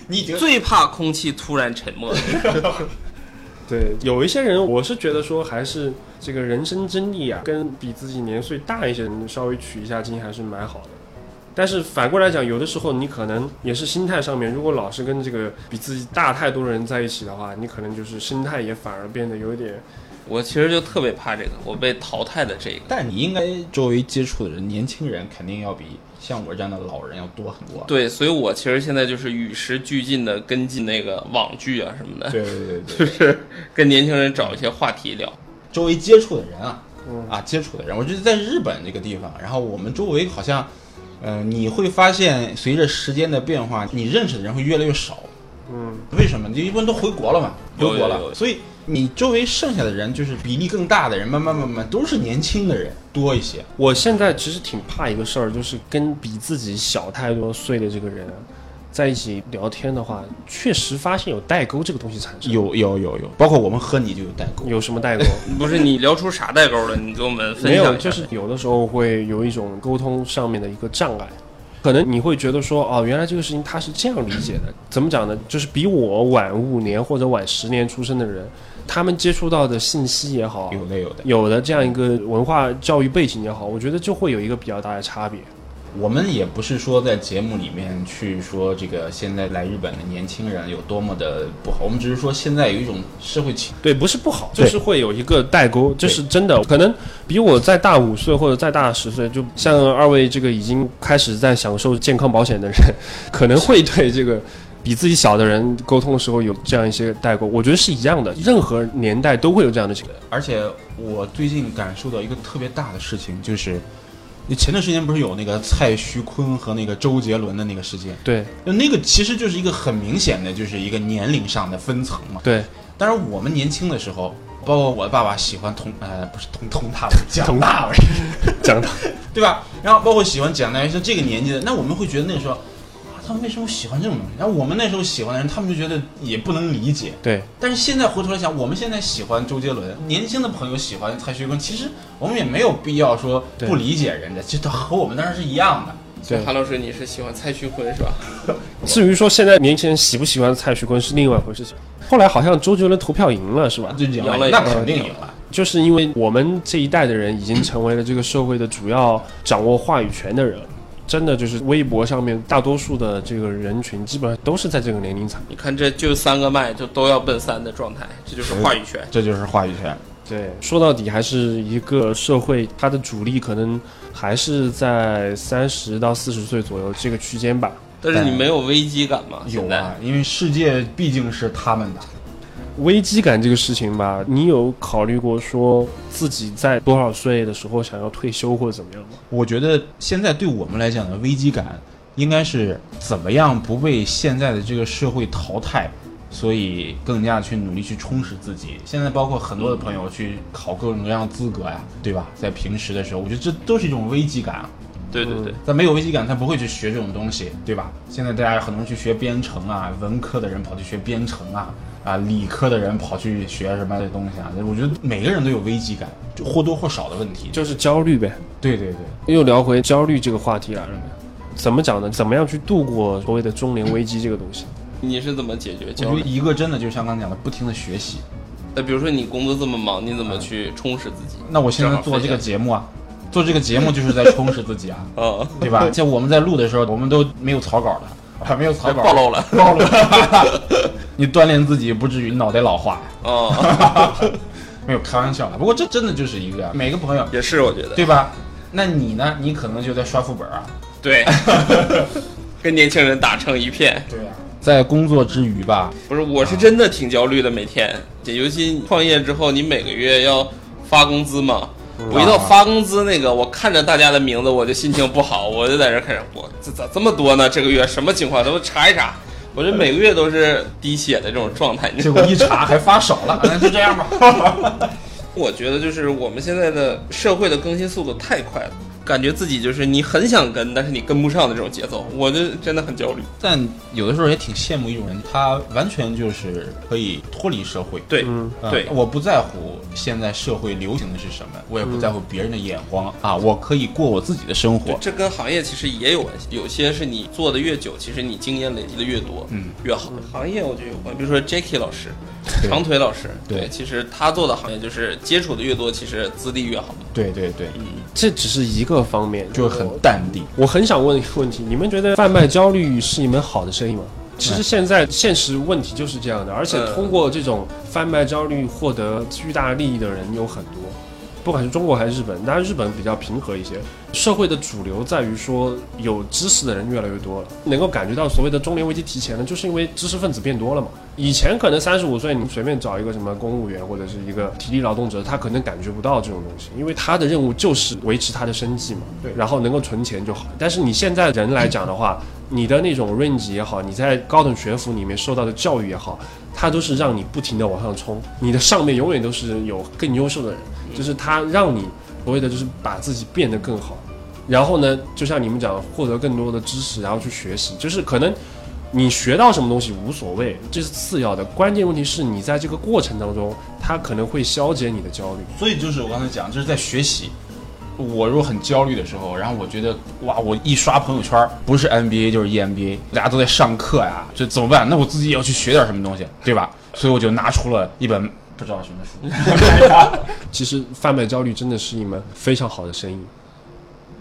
[SPEAKER 3] 你已经
[SPEAKER 4] 最怕空气突然沉默了？
[SPEAKER 2] 对，有一些人，我是觉得说，还是这个人生经历啊，跟比自己年岁大一些人稍微取一下经，还是蛮好的。但是反过来讲，有的时候你可能也是心态上面，如果老是跟这个比自己大太多的人在一起的话，你可能就是心态也反而变得有一点
[SPEAKER 4] 我其实就特别怕这个，我被淘汰的这个。
[SPEAKER 3] 但你应该周围接触的人，年轻人肯定要比像我这样的老人要多很多。
[SPEAKER 4] 对，所以我其实现在就是与时俱进的跟进那个网剧啊什么的，
[SPEAKER 3] 对对对对
[SPEAKER 4] 就
[SPEAKER 3] 对，
[SPEAKER 4] 是跟年轻人找一些话题聊。
[SPEAKER 3] 周围接触的人啊，
[SPEAKER 2] 嗯
[SPEAKER 3] 啊，接触的人，我觉得在日本这个地方，然后我们周围好像，呃，你会发现随着时间的变化，你认识的人会越来越少。
[SPEAKER 2] 嗯
[SPEAKER 3] 为什么？你一般都回国了嘛，回
[SPEAKER 4] 有
[SPEAKER 3] 国
[SPEAKER 4] 有有
[SPEAKER 3] 了，所以你周围剩下的人就是比例更大的人，慢慢慢慢都是年轻的人多一些。
[SPEAKER 2] 我现在其实挺怕一个事儿，就是跟比自己小太多岁的这个人啊在一起聊天的话，确实发现有代沟这个东西产生。
[SPEAKER 3] 有有有有，包括我们和你就有代沟。
[SPEAKER 2] 有什么代沟？
[SPEAKER 4] 不是你聊出啥代沟了？你给我们分
[SPEAKER 2] 没有，
[SPEAKER 4] 享一下。
[SPEAKER 2] 就是有的时候会有一种沟通上面的一个障碍，可能你会觉得说，哦，原来这个事情他是这样理解的。怎么讲呢？就是比我晚五年或者晚十年出生的人，他们接触到的信息也好，
[SPEAKER 3] 有的有的，
[SPEAKER 2] 有的这样一个文化教育背景也好，我觉得就会有一个比较大的差别。
[SPEAKER 3] 我们也不是说在节目里面去说这个现在来日本的年轻人有多么的不好，我们只是说现在有一种社会情，
[SPEAKER 2] 对，不是不好，就
[SPEAKER 3] 对
[SPEAKER 2] 是会有一个代沟，这是真的。可能比我再大五岁或者再大十岁，就像二位这个已经开始在享受健康保险的人，可能会对这个比自己小的人沟通的时候有这样一些代沟。我觉得是一样的，任何年代都会有这样的情况。
[SPEAKER 3] 而且我最近感受到一个特别大的事情，就是你前段时间不是有那个蔡徐坤和那个周杰伦的那个事件，
[SPEAKER 2] 对
[SPEAKER 3] 就那个其实就是一个很明显的，就是一个年龄上的分层嘛。
[SPEAKER 2] 对，
[SPEAKER 3] 当然我们年轻的时候，包括我的爸爸喜欢佟呃不是佟佟大为，蒋大为。
[SPEAKER 2] 讲到
[SPEAKER 3] 对吧？然后包括喜欢蒋大为，像这个年纪的，那我们会觉得那时候啊，他们为什么喜欢这种东西？然后我们那时候喜欢的人，他们就觉得也不能理解。
[SPEAKER 2] 对
[SPEAKER 3] 但是现在回头来想，我们现在喜欢周杰伦，年轻的朋友喜欢蔡徐坤，其实我们也没有必要说
[SPEAKER 2] 对
[SPEAKER 3] 不理解人家，其实和我们当时是一样的。
[SPEAKER 2] 对。
[SPEAKER 4] 韩老师，你是喜欢蔡徐坤是吧？
[SPEAKER 2] 至于说现在年轻人喜不喜欢蔡徐坤是另外一回事情。后来好像周杰伦投票赢了是吧？
[SPEAKER 3] 就赢
[SPEAKER 4] 赢了
[SPEAKER 3] 那肯定啊赢了。
[SPEAKER 2] 就是因为我们这一代的人已经成为了这个社会的主要掌握话语权的人，真的就是微博上面大多数的这个人群，基本上都是在这个年龄层。
[SPEAKER 4] 你看这就三个麦，就都要奔三的状态，这就是话语权。
[SPEAKER 3] 这就是话语权，
[SPEAKER 2] 对，说到底还是一个社会，它的主力可能还是在三十到四十岁左右这个区间吧。
[SPEAKER 4] 但是你没有危机感吗？
[SPEAKER 3] 有
[SPEAKER 4] 现在
[SPEAKER 3] 啊，因为世界毕竟是他们的。
[SPEAKER 2] 危机感这个事情吧，你有考虑过说自己在多少岁的时候想要退休或者怎么样吗？
[SPEAKER 3] 我觉得现在对我们来讲的危机感，应该是怎么样不被现在的这个社会淘汰，所以更加去努力去充实自己。现在包括很多的朋友去考各种各样的资格呀，对吧？在平时的时候，我觉得这都是一种危机感。啊
[SPEAKER 4] 对对对，
[SPEAKER 3] 咱没有危机感，他不会去学这种东西，对吧？现在大家很多人去学编程啊，文科的人跑去学编程啊，啊，理科的人跑去学什么的东西啊。我觉得每个人都有危机感，就或多或少的问题。
[SPEAKER 2] 就是焦虑呗。
[SPEAKER 3] 对对对。
[SPEAKER 2] 又聊回焦虑这个话题来了。怎么讲呢？怎么样去度过所谓的中年危机这个东西？
[SPEAKER 4] 你是怎么解决
[SPEAKER 3] 我
[SPEAKER 4] 焦
[SPEAKER 3] 觉得
[SPEAKER 4] 虑？
[SPEAKER 3] 一个真的就是像刚才讲的，不停的学习。
[SPEAKER 4] 那比如说你工作这么忙，你怎么去充实自己？
[SPEAKER 3] 那我现在做这个节目啊，做这个节目就是在充实自己 啊，
[SPEAKER 4] 啊，
[SPEAKER 3] 对吧？像我们在录的时候，我们都没有草稿的，啊，没有草稿，
[SPEAKER 4] 暴 露了，
[SPEAKER 3] 暴露了。 你锻炼自己，不至于脑袋老化呀。
[SPEAKER 4] 哦，
[SPEAKER 3] 没有开玩笑的，不过这真的就是一个啊每个朋友，
[SPEAKER 4] 也是，我觉得
[SPEAKER 3] 对吧？那你呢？你可能就在刷副本啊。
[SPEAKER 4] 对， 跟年轻人打成一片。
[SPEAKER 3] 对啊呀、在工作之余吧，
[SPEAKER 4] 不是，我是真的挺焦虑的，每天，尤其创业之后，你每个月要发工资嘛。我一到发工资那个，我看着大家的名字，我就心情不好，我就在这儿开始，我这咋这么多呢？这个月什么情况？咱们查一查。我这每个月都是滴血的这种状态，你知
[SPEAKER 3] 结
[SPEAKER 4] 道吗
[SPEAKER 3] 果一查还发少了，那就这样吧。
[SPEAKER 4] 我觉得就是我们现在的社会的更新速度太快了，感觉自己就是你很想跟，但是你跟不上的这种节奏，我就真的很焦虑。
[SPEAKER 3] 但有的时候也挺羡慕一种人，他完全就是可以脱离社会。
[SPEAKER 4] 对，
[SPEAKER 2] 嗯
[SPEAKER 3] 嗯
[SPEAKER 4] 对
[SPEAKER 3] 我不在乎现在社会流行的是什么，我也不在乎别人的眼光、啊，我可以过我自己的生活。
[SPEAKER 4] 这跟行业其实也有关系，有些是你做的越久，其实你经验累积的越多，
[SPEAKER 3] 嗯，
[SPEAKER 4] 越好。行业我觉得有关，比如说 Jacky 老师，长腿老师，
[SPEAKER 3] 对
[SPEAKER 4] 其实他做的行业就是接触的越多，其实资历越好。
[SPEAKER 3] 对对对，
[SPEAKER 2] 这只是一个方面，
[SPEAKER 3] 就很淡定。
[SPEAKER 2] 我很想问一个问题：你们觉得贩卖焦虑是一门好的生意吗？
[SPEAKER 3] 呃
[SPEAKER 2] 其实现在现实问题就是这样的，而且
[SPEAKER 4] 嗯
[SPEAKER 2] 通过这种贩卖焦虑获得巨大利益的人有很多，不管是中国还是日本，当然日本比较平和一些。社会的主流在于说，有知识的人越来越多了，能够感觉到所谓的中年危机提前了，就是因为知识分子变多了嘛。以前可能三十五岁，你随便找一个什么公务员或者是一个体力劳动者，他可能感觉不到这种东西，因为他的任务就是维持他的生计嘛，
[SPEAKER 3] 对
[SPEAKER 2] 然后能够存钱就好。但是你现在人来讲的话，你的那种 range 也好，你在高等学府里面受到的教育也好，它都是让你不停的往上冲，你的上面永远都是有更优秀的人，就是他让你所谓的就是把自己变得更好。然后呢，就像你们讲，获得更多的知识，然后去学习，就是可能你学到什么东西无所谓，这是次要的，关键问题是你在这个过程当中，它可能会消解你的焦虑。
[SPEAKER 3] 所以就是我刚才讲，就是在学习。我如果很焦虑的时候，然后我觉得哇，我一刷朋友圈儿，不是 NBA 就是 E EMBA，大家都在上课呀，这怎么办？那我自己也要去学点什么东西，对吧？所以我就拿出了一本不知道什么书。
[SPEAKER 2] 其实贩卖焦虑真的是一门非常好的生意。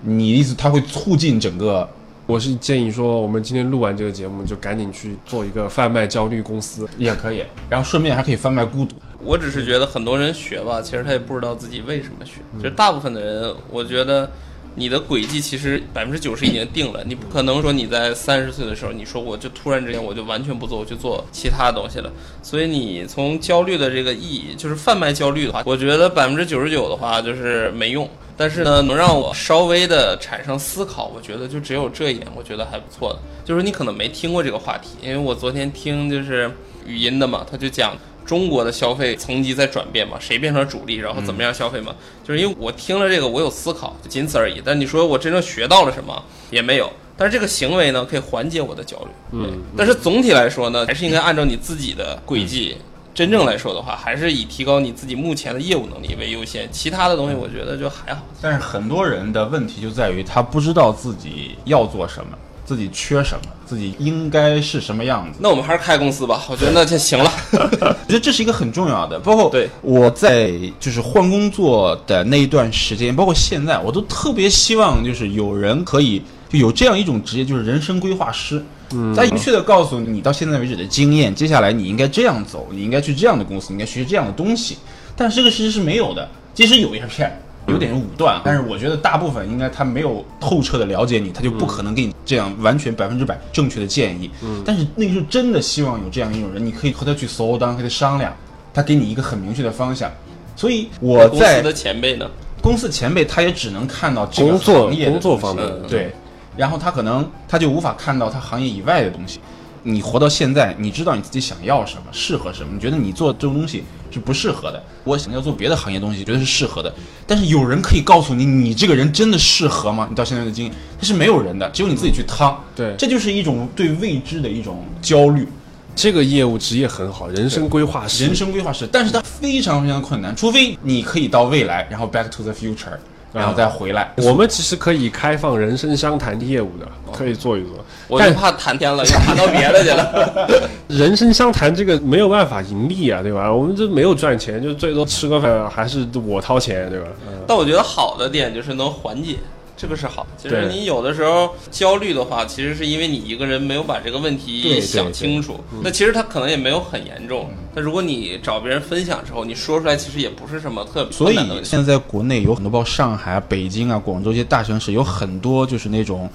[SPEAKER 3] 你的意思，它会促进整个
[SPEAKER 2] 我是建议说，我们今天录完这个节目，就赶紧去做一个贩卖焦虑公司。
[SPEAKER 3] 也可以，然后顺便还可以贩卖孤独。
[SPEAKER 4] 我只是觉得很多人学吧，其实他也不知道自己为什么学。就是大部分的人，我觉得你的轨迹其实百分之九十已经定了，你不可能说你在三十岁的时候，你说我就突然之间我就完全不做，我去做其他东西了。所以你从焦虑的这个意义，就是贩卖焦虑的话，我觉得百分之九十九的话就是没用。但是呢，能让我稍微的产生思考，我觉得就只有这一点，我觉得还不错的。就是你可能没听过这个话题，因为我昨天听就是语音的嘛，他就讲中国的消费层级在转变嘛，谁变成主力，然后怎么样消费嘛，就是因为我听了这个，我有思考，就仅此而已。但你说我真正学到了什么也没有。但是这个行为呢，可以缓解我的焦虑。嗯，但是总体来说呢，还是应该按照你自己的轨迹。真正来说的话，还是以提高你自己目前的业务能力为优先，其他的东西我觉得就还好。
[SPEAKER 3] 但是很多人的问题就在于他不知道自己要做什么，自己缺什么，自己应该是什么样子。
[SPEAKER 4] 那我们还是开公司吧，我觉得那就行了。
[SPEAKER 3] 我觉得这是一个很重要的。包括
[SPEAKER 4] 对
[SPEAKER 3] 我在就是换工作的那一段时间，包括现在，我都特别希望就是有人可以就有这样一种职业，就是人生规划师。嗯，他明确的告诉你到现在为止的经验，接下来你应该这样走，你应该去这样的公司，你应该学习这样的东西。但是这个其实是没有的，即使有一片有点武断，但是我觉得大部分应该他没有透彻的了解你，他就不可能给你这样完全百分之百正确的建议。嗯，但是那个时候真的希望有这样一种人，你可以和他去搜当，和他商量，他给你一个很明确的方向。所以 我
[SPEAKER 4] 公司
[SPEAKER 3] 在
[SPEAKER 4] 的前辈呢？
[SPEAKER 3] 公司前辈，他也只能看到这个
[SPEAKER 2] 工作
[SPEAKER 3] 行业的
[SPEAKER 2] 工作
[SPEAKER 3] 东西
[SPEAKER 2] 方面
[SPEAKER 4] 嗯
[SPEAKER 3] 对，然后他可能他就无法看到他行业以外的东西。你活到现在，你知道你自己想要什么，适合什么？你觉得你做这种东西是不适合的？我想要做别的行业东西，觉得是适合的。但是有人可以告诉你，你这个人真的适合吗？你到现在的经验，这是没有人的，只有你自己去趟。
[SPEAKER 2] 对
[SPEAKER 3] 这就是一种对未知的一种焦虑。
[SPEAKER 2] 这个业务职业很好，人生规划师
[SPEAKER 3] 人生规划师，但是它非常非常困难，除非你可以到未来，然后 back to the future，然后再回来。
[SPEAKER 2] 我们其实可以开放人生相谈的业务的，可以做一做。
[SPEAKER 4] 我就
[SPEAKER 2] 但
[SPEAKER 4] 怕谈天了，又谈到别的去了。
[SPEAKER 2] 人生相谈这个没有办法盈利啊，对吧？我们这没有赚钱，就最多吃个饭，还是我掏钱，对吧？
[SPEAKER 4] 但我觉得好的点就是能缓解，这个是好。其实
[SPEAKER 2] 对
[SPEAKER 4] 你有的时候焦虑的话，其实是因为你一个人没有把这个问
[SPEAKER 3] 对嗯
[SPEAKER 4] 题
[SPEAKER 3] 对
[SPEAKER 4] 想清楚。那其实它可能也没有很严重，但如果你找别人分享之后，你说出来，其实也不是什么特别
[SPEAKER 3] 所以
[SPEAKER 4] 困难的问题。
[SPEAKER 3] 现在在国内有很多，包括上海啊、北京啊、广州一些大城市，有很多就是那种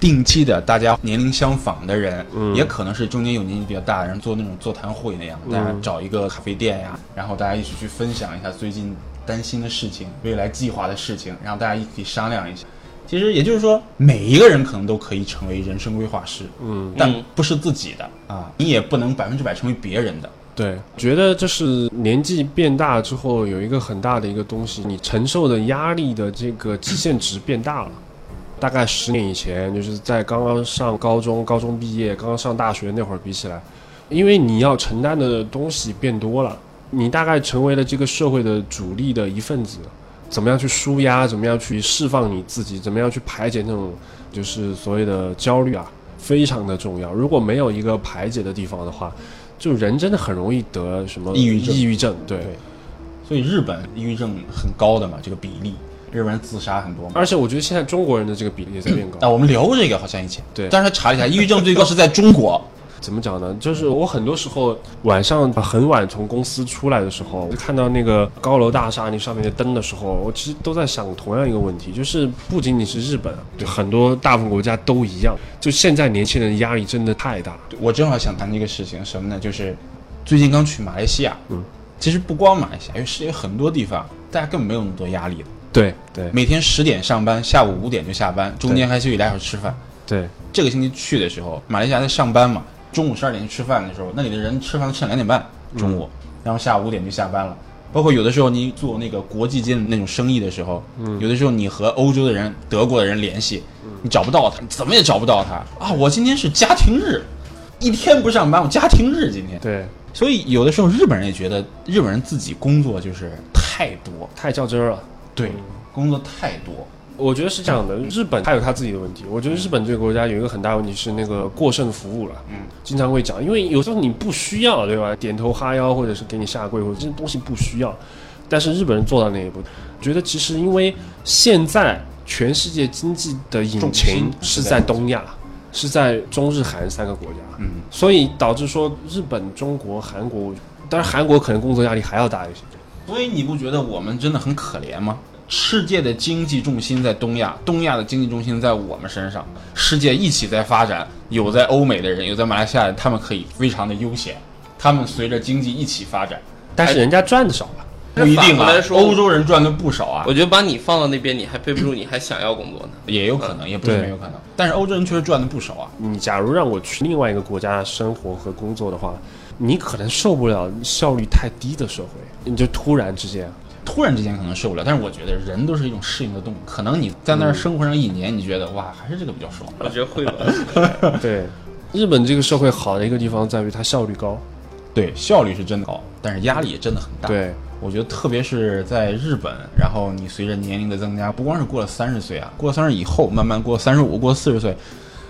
[SPEAKER 3] 定期的，大家年龄相仿的人，
[SPEAKER 4] 嗯
[SPEAKER 3] 也可能是中间有年纪比较大的人做那种座谈会那样，大家找一个咖啡店呀、然后大家一起去分享一下最近担心的事情、未来计划的事情，然后大家一起商量一下。其实也就是说，每一个人可能都可以成为人生规划师，嗯，但不是自己的啊，你也不能百分之百成为别人的。
[SPEAKER 2] 对，觉得这是年纪变大之后有一个很大的一个东西，你承受的压力的这个极限值变大了。大概十年以前，就是在刚刚上高中、高中毕业、刚刚上大学那会儿比起来，因为你要承担的东西变多了，你大概成为了这个社会的主力的一份子。怎么样去舒压？怎么样去释放你自己？怎么样去排解那种就是所谓的焦虑啊？非常的重要。如果没有一个排解的地方的话，就人真的很容易得什么
[SPEAKER 3] 抑郁症
[SPEAKER 2] 抑郁症，对。
[SPEAKER 3] 对所以日本抑郁症很高的嘛，这个比例，日本人自杀很多嘛。
[SPEAKER 2] 而且我觉得现在中国人的这个比例也在变高。
[SPEAKER 3] 啊，我们聊过这个，好像以前
[SPEAKER 2] 对
[SPEAKER 3] 但是查了一下，抑郁症最高是在中国。
[SPEAKER 2] 怎么讲呢？就是我很多时候晚上很晚从公司出来的时候，看到那个高楼大厦那上面的灯的时候，我其实都在想同样一个问题，就是不仅仅是日本，对很多大部分国家都一样，就现在年轻人的压力真的太大。
[SPEAKER 3] 我正好想谈这个事情，什么呢？就是最近刚去马来西亚，嗯，其实不光马来西亚，因为世界很多地方大家根本没有那么多压力的，
[SPEAKER 2] 对对
[SPEAKER 3] 每天十点上班，下午五点就下班，中间还休息俩小时吃饭。
[SPEAKER 2] 对，
[SPEAKER 3] 这个星期去的时候，马来西亚在上班嘛，中午十二点去吃饭的时候，那里的人吃饭都吃到两点半中午，然后下午五点就下班了。包括有的时候你做那个国际间的那种生意的时候，有的时候你和欧洲的人、德国的人联系，你找不到他，你怎么也找不到他啊！我今天是家庭日，一天不上班，我家庭日今天。
[SPEAKER 2] 对，
[SPEAKER 3] 所以有的时候日本人也觉得日本人自己工作就是太多，
[SPEAKER 2] 太较真儿了。
[SPEAKER 3] 对，工作太多，
[SPEAKER 2] 我觉得是这样的，日本它有它自己的问题。我觉得日本这个国家有一个很大问题是那个过剩服务了，
[SPEAKER 3] 嗯，
[SPEAKER 2] 经常会讲，因为有时候你不需要，对吧？点头哈腰或者是给你下跪，或者这些东西不需要，但是日本人做到那一步，觉得其实因为现在全世界经济的引
[SPEAKER 3] 重心
[SPEAKER 2] 擎是在东亚，是在中日韩三个国家，
[SPEAKER 3] 嗯，
[SPEAKER 2] 所以导致说日本、中国、韩国，当然韩国可能工作压力还要大一些。
[SPEAKER 3] 所以你不觉得我们真的很可怜吗？世界的经济重心在东亚，东亚的经济重心在我们身上，世界一起在发展，有在欧美的人，有在马来西亚人，他们可以非常的悠闲，他们随着经济一起发展，
[SPEAKER 2] 但是人家赚的少啊，
[SPEAKER 3] 不一定
[SPEAKER 4] 反过
[SPEAKER 3] 啊
[SPEAKER 4] 来。说
[SPEAKER 3] 欧洲人赚的不少啊
[SPEAKER 4] 我，觉得把你放到那边，你还背不住，你还想要工作呢。
[SPEAKER 3] 也有可能，也不是
[SPEAKER 2] 对
[SPEAKER 3] 没有可能，但是欧洲人确实赚的不少啊。
[SPEAKER 2] 你假如让我去另外一个国家生活和工作的话，你可能受不了效率太低的社会，你就突然之间，
[SPEAKER 3] 突然之间可能受不了，但是我觉得人都是一种适应的动物，可能你在那
[SPEAKER 4] 嗯
[SPEAKER 3] 儿生活上一年，你觉得哇，还是这个比较爽。
[SPEAKER 4] 我觉得会吧。
[SPEAKER 2] 对，日本这个社会好的一个地方在于它效率高，
[SPEAKER 3] 对，效率是真的高，但是压力也真的很大。
[SPEAKER 2] 对，
[SPEAKER 3] 我觉得特别是在日本，然后你随着年龄的增加，不光是过了三十岁啊，过了三十以后，慢慢过三十五、过四十岁，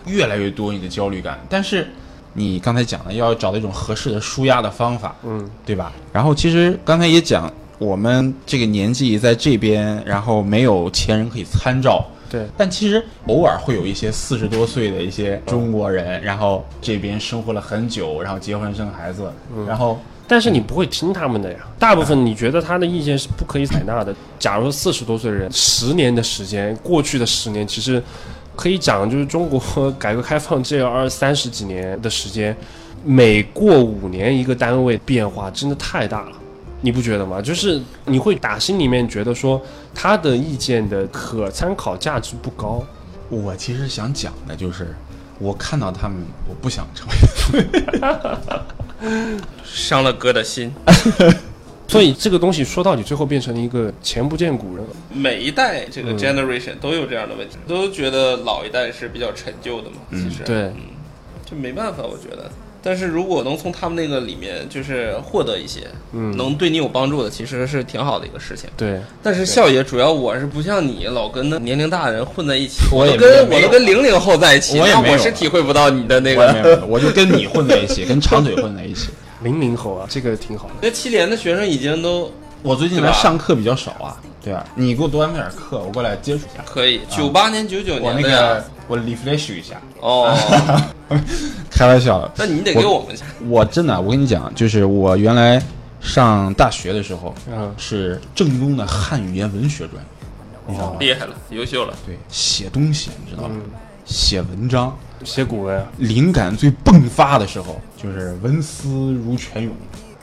[SPEAKER 3] 越来越多你的焦虑感。但是你刚才讲的，要找到一种合适的舒压的方法，
[SPEAKER 2] 嗯，
[SPEAKER 3] 对吧？然后其实刚才也讲，我们这个年纪在这边，然后没有前人可以参照，
[SPEAKER 2] 对，
[SPEAKER 3] 但其实偶尔会有一些四十多岁的一些中国人，然后这边生活了很久，然后结婚生孩子，然后
[SPEAKER 2] 但是你不会听他们的呀，大部分你觉得他的意见是不可以采纳的。假如四十多岁的人，十年的时间，过去的十年其实可以讲，就是中国改革开放这二三十几年的时间，每过五年一个单位变化真的太大了。你不觉得吗？就是你会打心里面觉得说他的意见的可参考价值不高，
[SPEAKER 3] 我其实想讲的就是，我看到他们，我不想成为。
[SPEAKER 4] 伤了哥的心。
[SPEAKER 2] 所以这个东西说到底最后变成了一个前不见古人，
[SPEAKER 4] 每一代这个 generation 都有这样的问题，都觉得老一代是比较陈旧的嘛。其实，
[SPEAKER 2] 对，
[SPEAKER 4] 这没办法，我觉得。但是如果能从他们那个里面就是获得一些，嗯，能对你有帮助的，其实是挺好的一个事情。
[SPEAKER 2] 对，
[SPEAKER 4] 但是笑爷，主要我是不像你老跟那年龄大的人混在一起，
[SPEAKER 3] 我也
[SPEAKER 4] 都跟
[SPEAKER 3] 没有
[SPEAKER 4] 我都跟零零后在一起，
[SPEAKER 3] 我也
[SPEAKER 4] 那
[SPEAKER 3] 没有
[SPEAKER 4] 我是体会不到你的那
[SPEAKER 3] 我也没
[SPEAKER 4] 个。
[SPEAKER 3] 有，我就跟你混在一起，跟长腿混在一起。
[SPEAKER 2] 零零后啊，这个挺好的。
[SPEAKER 4] 那七连的学生已经都
[SPEAKER 3] 我最近
[SPEAKER 4] 对吧
[SPEAKER 3] 来上课比较少啊，对吧？你给我多安排点课，我过来接触一下。
[SPEAKER 4] 可以，九八年、九九
[SPEAKER 3] 我那
[SPEAKER 4] 年的呀
[SPEAKER 3] 个，啊我 refresh 一下，
[SPEAKER 4] 哦，
[SPEAKER 3] 开玩笑的。
[SPEAKER 4] 那你得给我们
[SPEAKER 3] 我真的，啊我跟你讲，就是我原来上大学的时候，
[SPEAKER 2] 嗯
[SPEAKER 3] 是正宗的汉语言文学专业，你知道吗？
[SPEAKER 4] 厉害了，优秀了，
[SPEAKER 3] 对，写东西，你知道
[SPEAKER 4] 嗯
[SPEAKER 3] 吗？写文章，
[SPEAKER 2] 写古文啊，
[SPEAKER 3] 灵感最迸发的时候，就是文思如泉涌，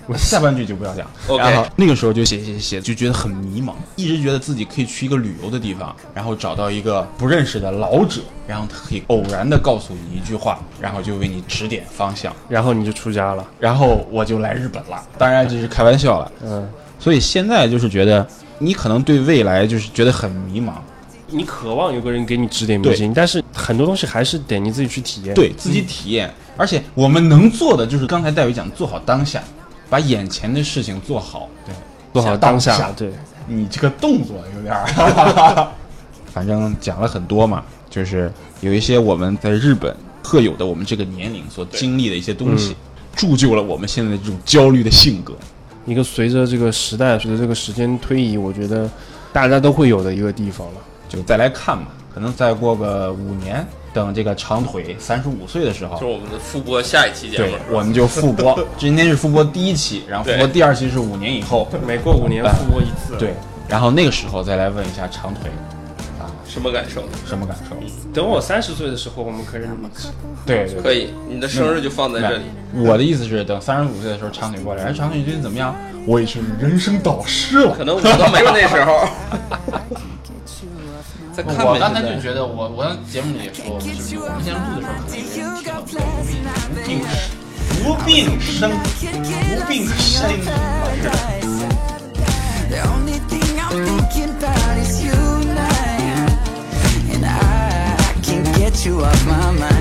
[SPEAKER 3] 我下半句就不要讲。
[SPEAKER 4] OK
[SPEAKER 3] 然后那个时候就写写写，就觉得很迷茫，一直觉得自己可以去一个旅游的地方，然后找到一个不认识的老者，然后他可以偶然的告诉你一句话，然后就为你指点方向。
[SPEAKER 2] 然后你就出家了。
[SPEAKER 3] 然后我就来日本了，当然这是开玩笑了。
[SPEAKER 2] 嗯，
[SPEAKER 3] 所以现在就是觉得你可能对未来就是觉得很迷茫，
[SPEAKER 2] 你渴望有个人给你指点迷津，但是很多东西还是得你自己去体验。，
[SPEAKER 3] 对自己
[SPEAKER 4] 嗯
[SPEAKER 3] 体验。而且我们能做的就是刚才戴维讲，做好当下，把眼前的事情做好。对
[SPEAKER 2] 做好当下。
[SPEAKER 3] 想当下
[SPEAKER 2] 对，
[SPEAKER 3] 你这个动作有点 儿，反正讲了很多嘛，就是有一些我们在日本特有的我们这个年龄所经历的一些东
[SPEAKER 4] 嗯
[SPEAKER 3] 西，铸就了我们现在这种焦虑的性格。
[SPEAKER 2] 一个随着这个时代，随着这个时间推移，我觉得大家都会有的一个地方了。
[SPEAKER 3] 就再来看吧，可能再过个五年，等这个长腿三十五岁的时候
[SPEAKER 4] 就是，我们的复播下一期节
[SPEAKER 3] 哦对
[SPEAKER 4] 目，，
[SPEAKER 3] 我们就复 播。今天是复播第一期，然后复播
[SPEAKER 4] 对
[SPEAKER 3] 第二期是五年以后，
[SPEAKER 2] 每过五年复播一次。
[SPEAKER 3] 对，，然后那个时候再来问一下长腿
[SPEAKER 4] 什么感受？
[SPEAKER 3] 什么感受。
[SPEAKER 2] 等我三十岁的时候，我们可以录一期。
[SPEAKER 3] 对对
[SPEAKER 4] 可以，你的生日就放在这里。
[SPEAKER 3] 我的意思是，等三十五岁的时候，长腿过来，哎，长腿最近怎么样？我已是人生导师了。
[SPEAKER 4] 可能我都没有那时候。 在看呗
[SPEAKER 3] 我刚才
[SPEAKER 4] 现在
[SPEAKER 3] 就觉得我，我在节目里也说，我们就是我们现在录的时候，可能有人听不懂无病无病生，无病呻吟。
[SPEAKER 1] The only thing I'm thinking about is you and I, and I, I can't get you off my mind.